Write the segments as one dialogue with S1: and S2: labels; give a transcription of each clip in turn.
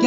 S1: ギ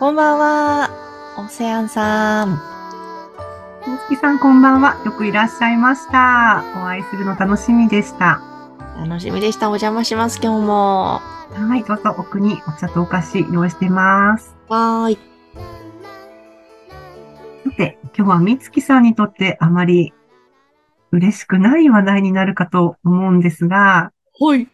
S2: こんばんは、オセアンさん。
S1: 大月さんこんばんはよくいらっしゃいましたお会いするの楽しみでした
S2: 楽しみでした。お邪魔します、今日も。
S1: はいどうぞ奥にお茶とお菓子用意してます
S2: はーい。
S1: さて今日はみつきさんにとってあまり嬉しくない話題になるかと思うんですが
S2: はい。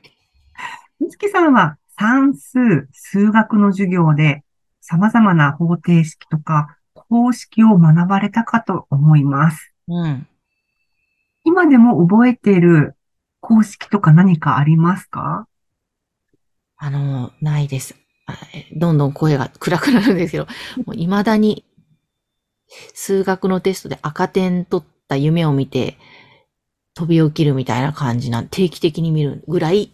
S1: みつきさんは算数、数学の授業で様々な方程式とか公式を学ばれたかと思います。
S2: うん。
S1: 今でも覚えている公式とか何かありますか
S2: あの、ないです。あえどんどん声が暗くなるんですけど、もう未だに数学のテストで赤点取った夢を見て、飛び起きるみたいな感じなん、定期的に見るぐらい、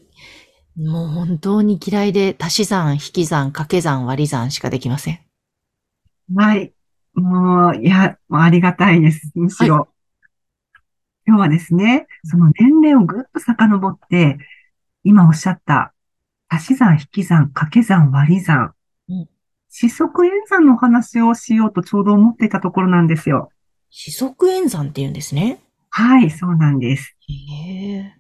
S2: もう本当に嫌いで、足し算、引き算、掛け算、割り算しかできません。
S1: はい。もう、いや、もうありがたいです。むしろ。今日はですね、その年齢をぐっと遡って、今おっしゃった、足し算、引き算、掛け算、割り算
S2: うん、
S1: 四則演算のお話をしようとちょうど思っていたところなんですよ。
S2: 四則演算って言うんですね。
S1: はい、そうなんです。
S2: へえ。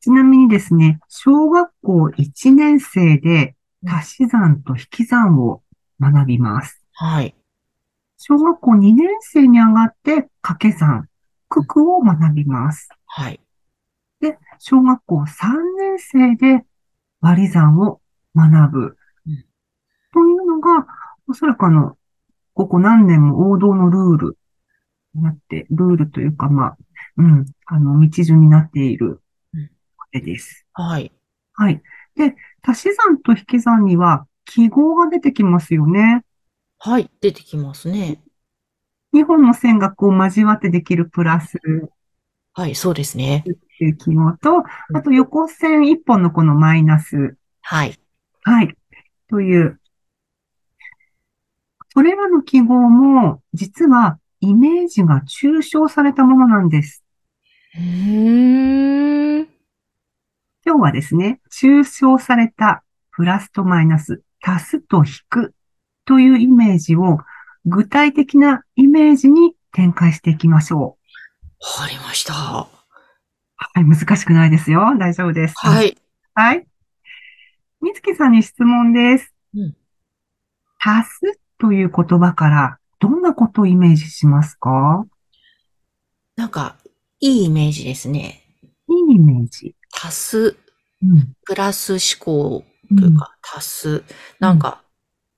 S1: ちなみにですね、小学校1年生で
S2: うん
S1: 足し算と引き算を学びます。
S2: はい。
S1: 小学校2年生に上がって掛け算、九九を学びます。
S2: はい。
S1: で、小学校3年生で割り算を学ぶ
S2: うん。
S1: というのが、おそらくあの、ここ何年も王道のルールになって、ルールというか、まあ、うん、あの、道順になっている
S2: うん
S1: わけです。
S2: はい。
S1: はい。で、足し算と引き算には記号が出てきますよね。
S2: はい。出てきますね。
S1: 2本の線がこう交わってできるプラスっ
S2: はい、そうですね。
S1: ていう記号と、あと横線1本のこのマイナス。
S2: はい。
S1: はい。という。それらの記号も、実はイメージが抽象されたものなんです。
S2: うーん。
S1: 今日はですね、抽象されたプラスとマイナス、足すと引くというイメージを具体的なイメージに展開していきましょう。
S2: わかりました。は
S1: はい、難しくないですよ。大丈夫です。
S2: い。
S1: はい。みつきさんに質問です。
S2: うん
S1: 足すという言葉からどんなことをイメージしますか
S2: なんか、いいイメージですね。
S1: いいイメージ。
S2: 足す、
S1: うん。
S2: プラス思考というか、足す。なんか、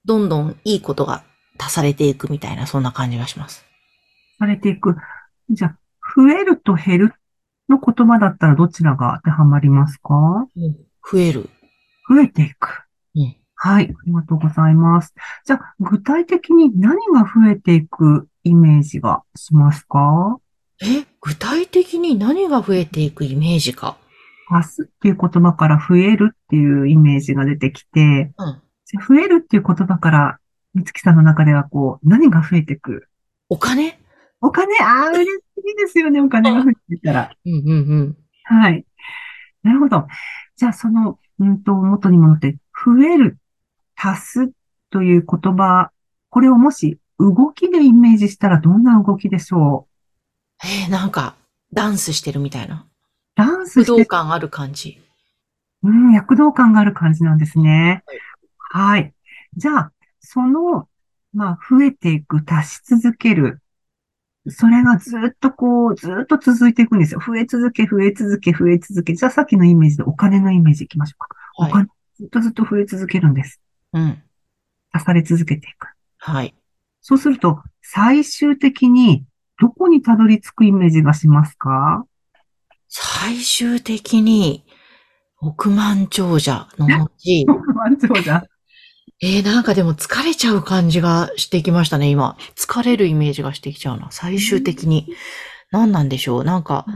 S2: どんどんいいことが足されていくみたいな、そんな感じがします。
S1: されていく。じゃあ、増えると減るの言葉だったらどちらが当てはまりますか
S2: 増える。
S1: 増えていく。
S2: うん。
S1: はい。ありがとうございます。じゃあ、具体的に何が増えていくイメージがしますか
S2: え、具体的に何が増えていくイメージか。
S1: 足すっていう言葉から増えるっていうイメージが出てきて、
S2: うん。
S1: じゃあ増えるっていう言葉から、みつきさんの中ではこう、何が増えてくる
S2: お金
S1: お金、ああ、嬉しいですよね、お金が増えてきたら。
S2: うんうんうん。
S1: はい。なるほど。じゃあ、その、うんと、元に戻って、増える、足すという言葉、これをもし動きでイメージしたらどんな動きでしょう
S2: えーなんか、ダンスしてるみたい な。
S1: ダンス
S2: 武
S1: し
S2: 道
S1: て、
S2: 感ある感じ。
S1: うん、躍動感がある感じなんですね。はい。じゃあ、その、まあ、増えていく、足し続ける。それがずっとこう、ずっと続いていくんですよ。増え続け、増え続け、増え続け。じゃあ、さっきのイメージでお金のイメージいきましょうか。お
S2: はい。
S1: 金、ずっとずっと増え続けるんです。
S2: うん。
S1: 足され続けていく。
S2: はい。
S1: そうすると、最終的に、どこにたどり着くイメージがします か
S2: 最終的に、億万長者の後、
S1: 満潮じゃん。
S2: えー、なんかでも疲れちゃう感じがしてきましたね、今。疲れるイメージがしてきちゃうな。最終的に。何なんでしょうなんか、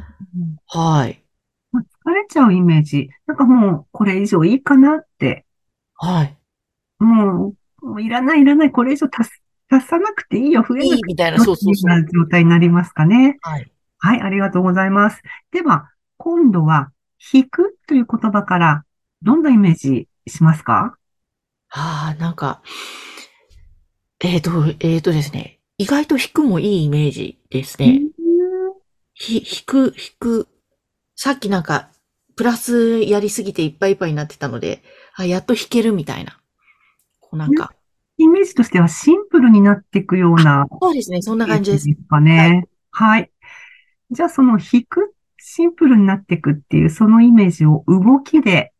S1: うん
S2: はい。
S1: まあ疲れちゃうイメージ。なんかもう、これ以上いいかなって。
S2: はい。
S1: もう、もういらない、いらない、これ以上足す、足さなくていいよ、増え
S2: い
S1: ない
S2: みたいな、
S1: くて
S2: そう
S1: い
S2: そう
S1: い
S2: そう。
S1: な状態になりますかね。
S2: はい。
S1: はい、ありがとうございます。では、今度は、引くという言葉から、どんなイメージしますか
S2: ああ、なんか、えっ、と、えっ、とですね。意外と引くもいいイメージですね。ひ、引く、引く。さっきなんか、プラスやりすぎていっぱいいっぱいになってたので、あ、やっと引けるみたいな。こうなんか。
S1: イメージとしてはシンプルになっていくような
S2: そうですね、そんな感じです。
S1: かね。はい。じゃあ、その引く、シンプルになっていくっていう、そのイメージを動きで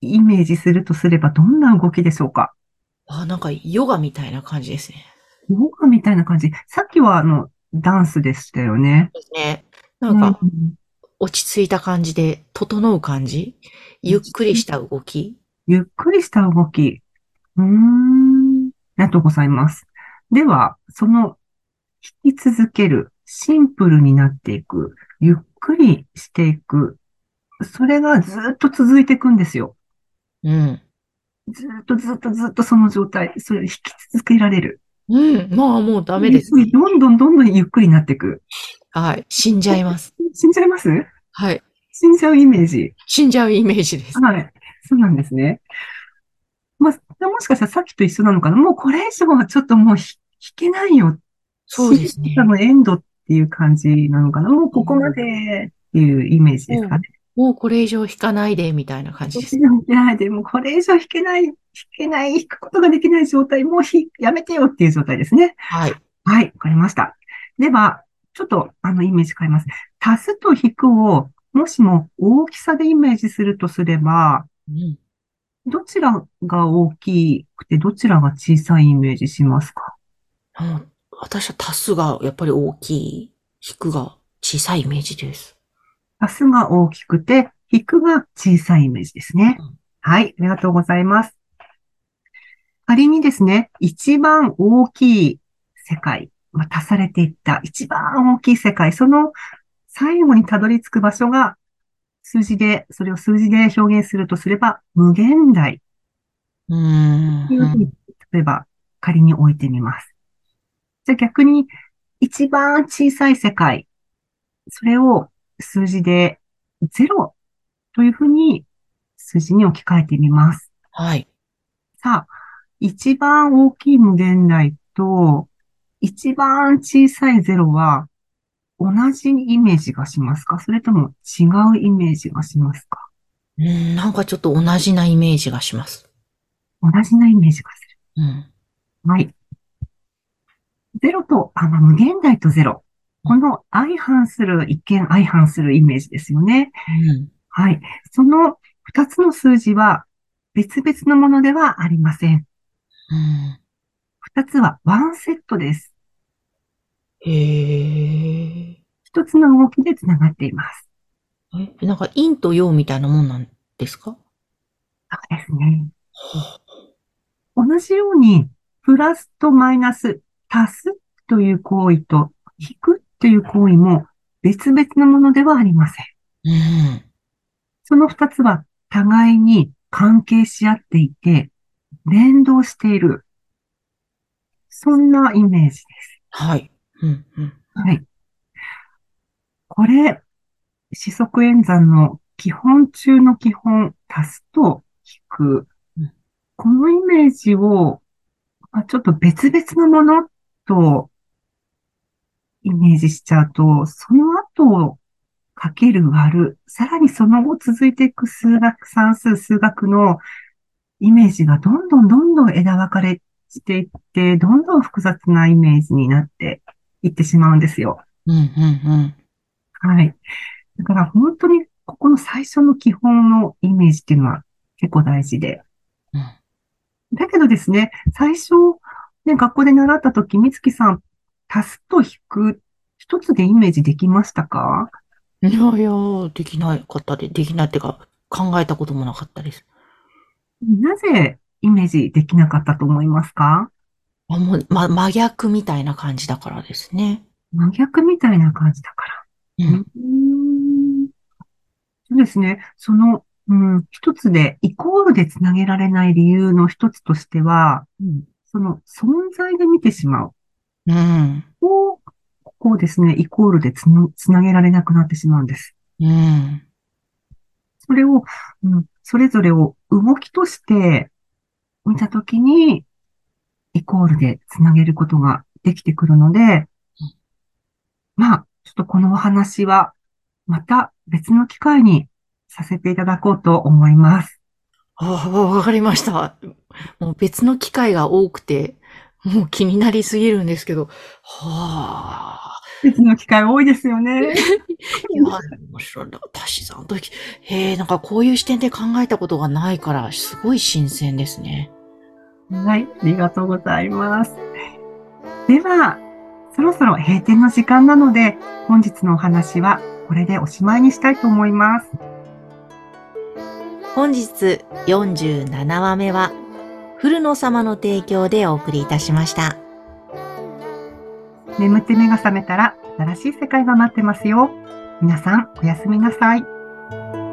S1: イメージするとすれば、どんな動きでしょうか
S2: あ、なんかヨガみたいな感じですね。
S1: 動画みたいな感じ。さっきは、あの、ダンスでしたよね。
S2: ですね。なんか、
S1: うん
S2: 落ち着いた感じで、整う感じゆっくりした動き
S1: ゆっくりした動き。うーん。ありがとうございます。では、その、引き続ける、シンプルになっていく、ゆっくりしていく、それがずっと続いていくんですよ。
S2: うん。
S1: ずっとずっとずっとその状態、それ引き続けられる。
S2: うん。まあ、もうダメです。
S1: ゆっくりどんどんどんどんゆっくりになっていく。
S2: はい。死んじゃいます。
S1: 死んじゃいます
S2: はい。
S1: 死んじゃうイメージ。
S2: 死んじゃうイメージです。
S1: はい。そうなんですね。まあ、もしかしたらさっきと一緒なのかなもうこれ以上はちょっともうひ引けないよ。
S2: そうですね
S1: 多。分エンドっていう感じなのかなもうここまでっていうイメージですかね。
S2: もうこれ以上引かないで、みたいな感じです。
S1: 引けないで、もうこれ以上引けない、引けない、引くことができない状態、もうひやめてよっていう状態ですね。
S2: はい。
S1: はい、わかりました。では、ちょっとあのイメージ変えます。足すと引くを、もしも大きさでイメージするとすれば、
S2: うん。
S1: どちらが大きくてどちらが小さいイメージしますか
S2: うん私は足すがやっぱり大きい、引くが小さいイメージです。
S1: 足すが大きくて、引くが小さいイメージですね
S2: うん。
S1: はい、ありがとうございます。仮にですね、一番大きい世界、まあ、足されていった一番大きい世界、その最後にたどり着く場所が数字で、それを数字で表現するとすれば、無限大
S2: うーん。
S1: というふうに、例えば仮に置いてみます。じゃあ逆に、一番小さい世界、それを数字で0というふうに数字に置き換えてみます。
S2: はい。
S1: さあ、一番大きい無限大と、一番小さいゼロは、同じイメージがしますかそれとも違うイメージがしますか
S2: うん、なんかちょっと同じなイメージがします。
S1: 同じなイメージがす
S2: うん。
S1: る。はい。ゼロと、あ、まあ、無限大とゼロ。この相反する、一見相反するイメージですよね。
S2: うん。
S1: はい。その二つの数字は、別々のものではありません。
S2: うん。
S1: 二つはワンセットです。
S2: へえ。
S1: 一つの動きで繋がっています。
S2: え、なんか陰と陽みたいなもんなんですか
S1: そうですね。同じように、プラスとマイナス、足すという行為と、引くという行為も別々のものではありません。
S2: うん。
S1: その二つは互いに関係し合っていて、連動している。そんなイメージです。
S2: はい。うん、うん。
S1: はい。これ、四則演算の基本中の基本、足すと引く
S2: うん。
S1: このイメージを、まあ、ちょっと別々のものとイメージしちゃうと、その後をかける割る、さらにその後続いていく数学、算数、数学のイメージがどんどんどんどん枝分かれしていって、どんどん複雑なイメージになっていってしまうんですよ。
S2: うん、うん、
S1: はい。だから本当にここの最初の基本のイメージっていうのは結構大事で。
S2: うん。
S1: だけどですね、最初、ね、学校で習った時、みつきさん、足すと引く、一つでイメージできましたか
S2: うん。いやいや、できないかったで、できないっていうか、考えたこともなかったです。
S1: なぜイメージできなかったと思いますか
S2: あ、もう、ま、真逆みたいな感じだからですね。
S1: 真逆みたいな感じだから。
S2: う
S1: う。ーんそうですね。その、うん、一つで、イコールでつなげられない理由の一つとしては、
S2: うん。
S1: その存在で見てしまう。
S2: うん。
S1: こう、ここをですね、イコールでつなつなげられなくなってしまうんです。
S2: うん。
S1: それを、うん、それぞれを動きとして見たときに、イコールでつなげることができてくるので、まあ、ちょっとこのお話は、また別の機会にさせていただこうと思います。
S2: ああ、わかりました。もう別の機会が多くて、もう気になりすぎるんですけど。はあ。
S1: 別の機会多いですよね。
S2: いや、面白いな。足し算とき、へえ、なんかこういう視点で考えたことがないから、すごい新鮮ですね。
S1: はい、ありがとうございます。では、そろそろ閉店の時間なので、本日のお話はこれでおしまいにしたいと思います。
S2: 本日47話目は、古野様の提供でお送りいたしました。
S1: 眠って目が覚めたら新しい世界が待ってますよ。皆さん、おやすみなさい。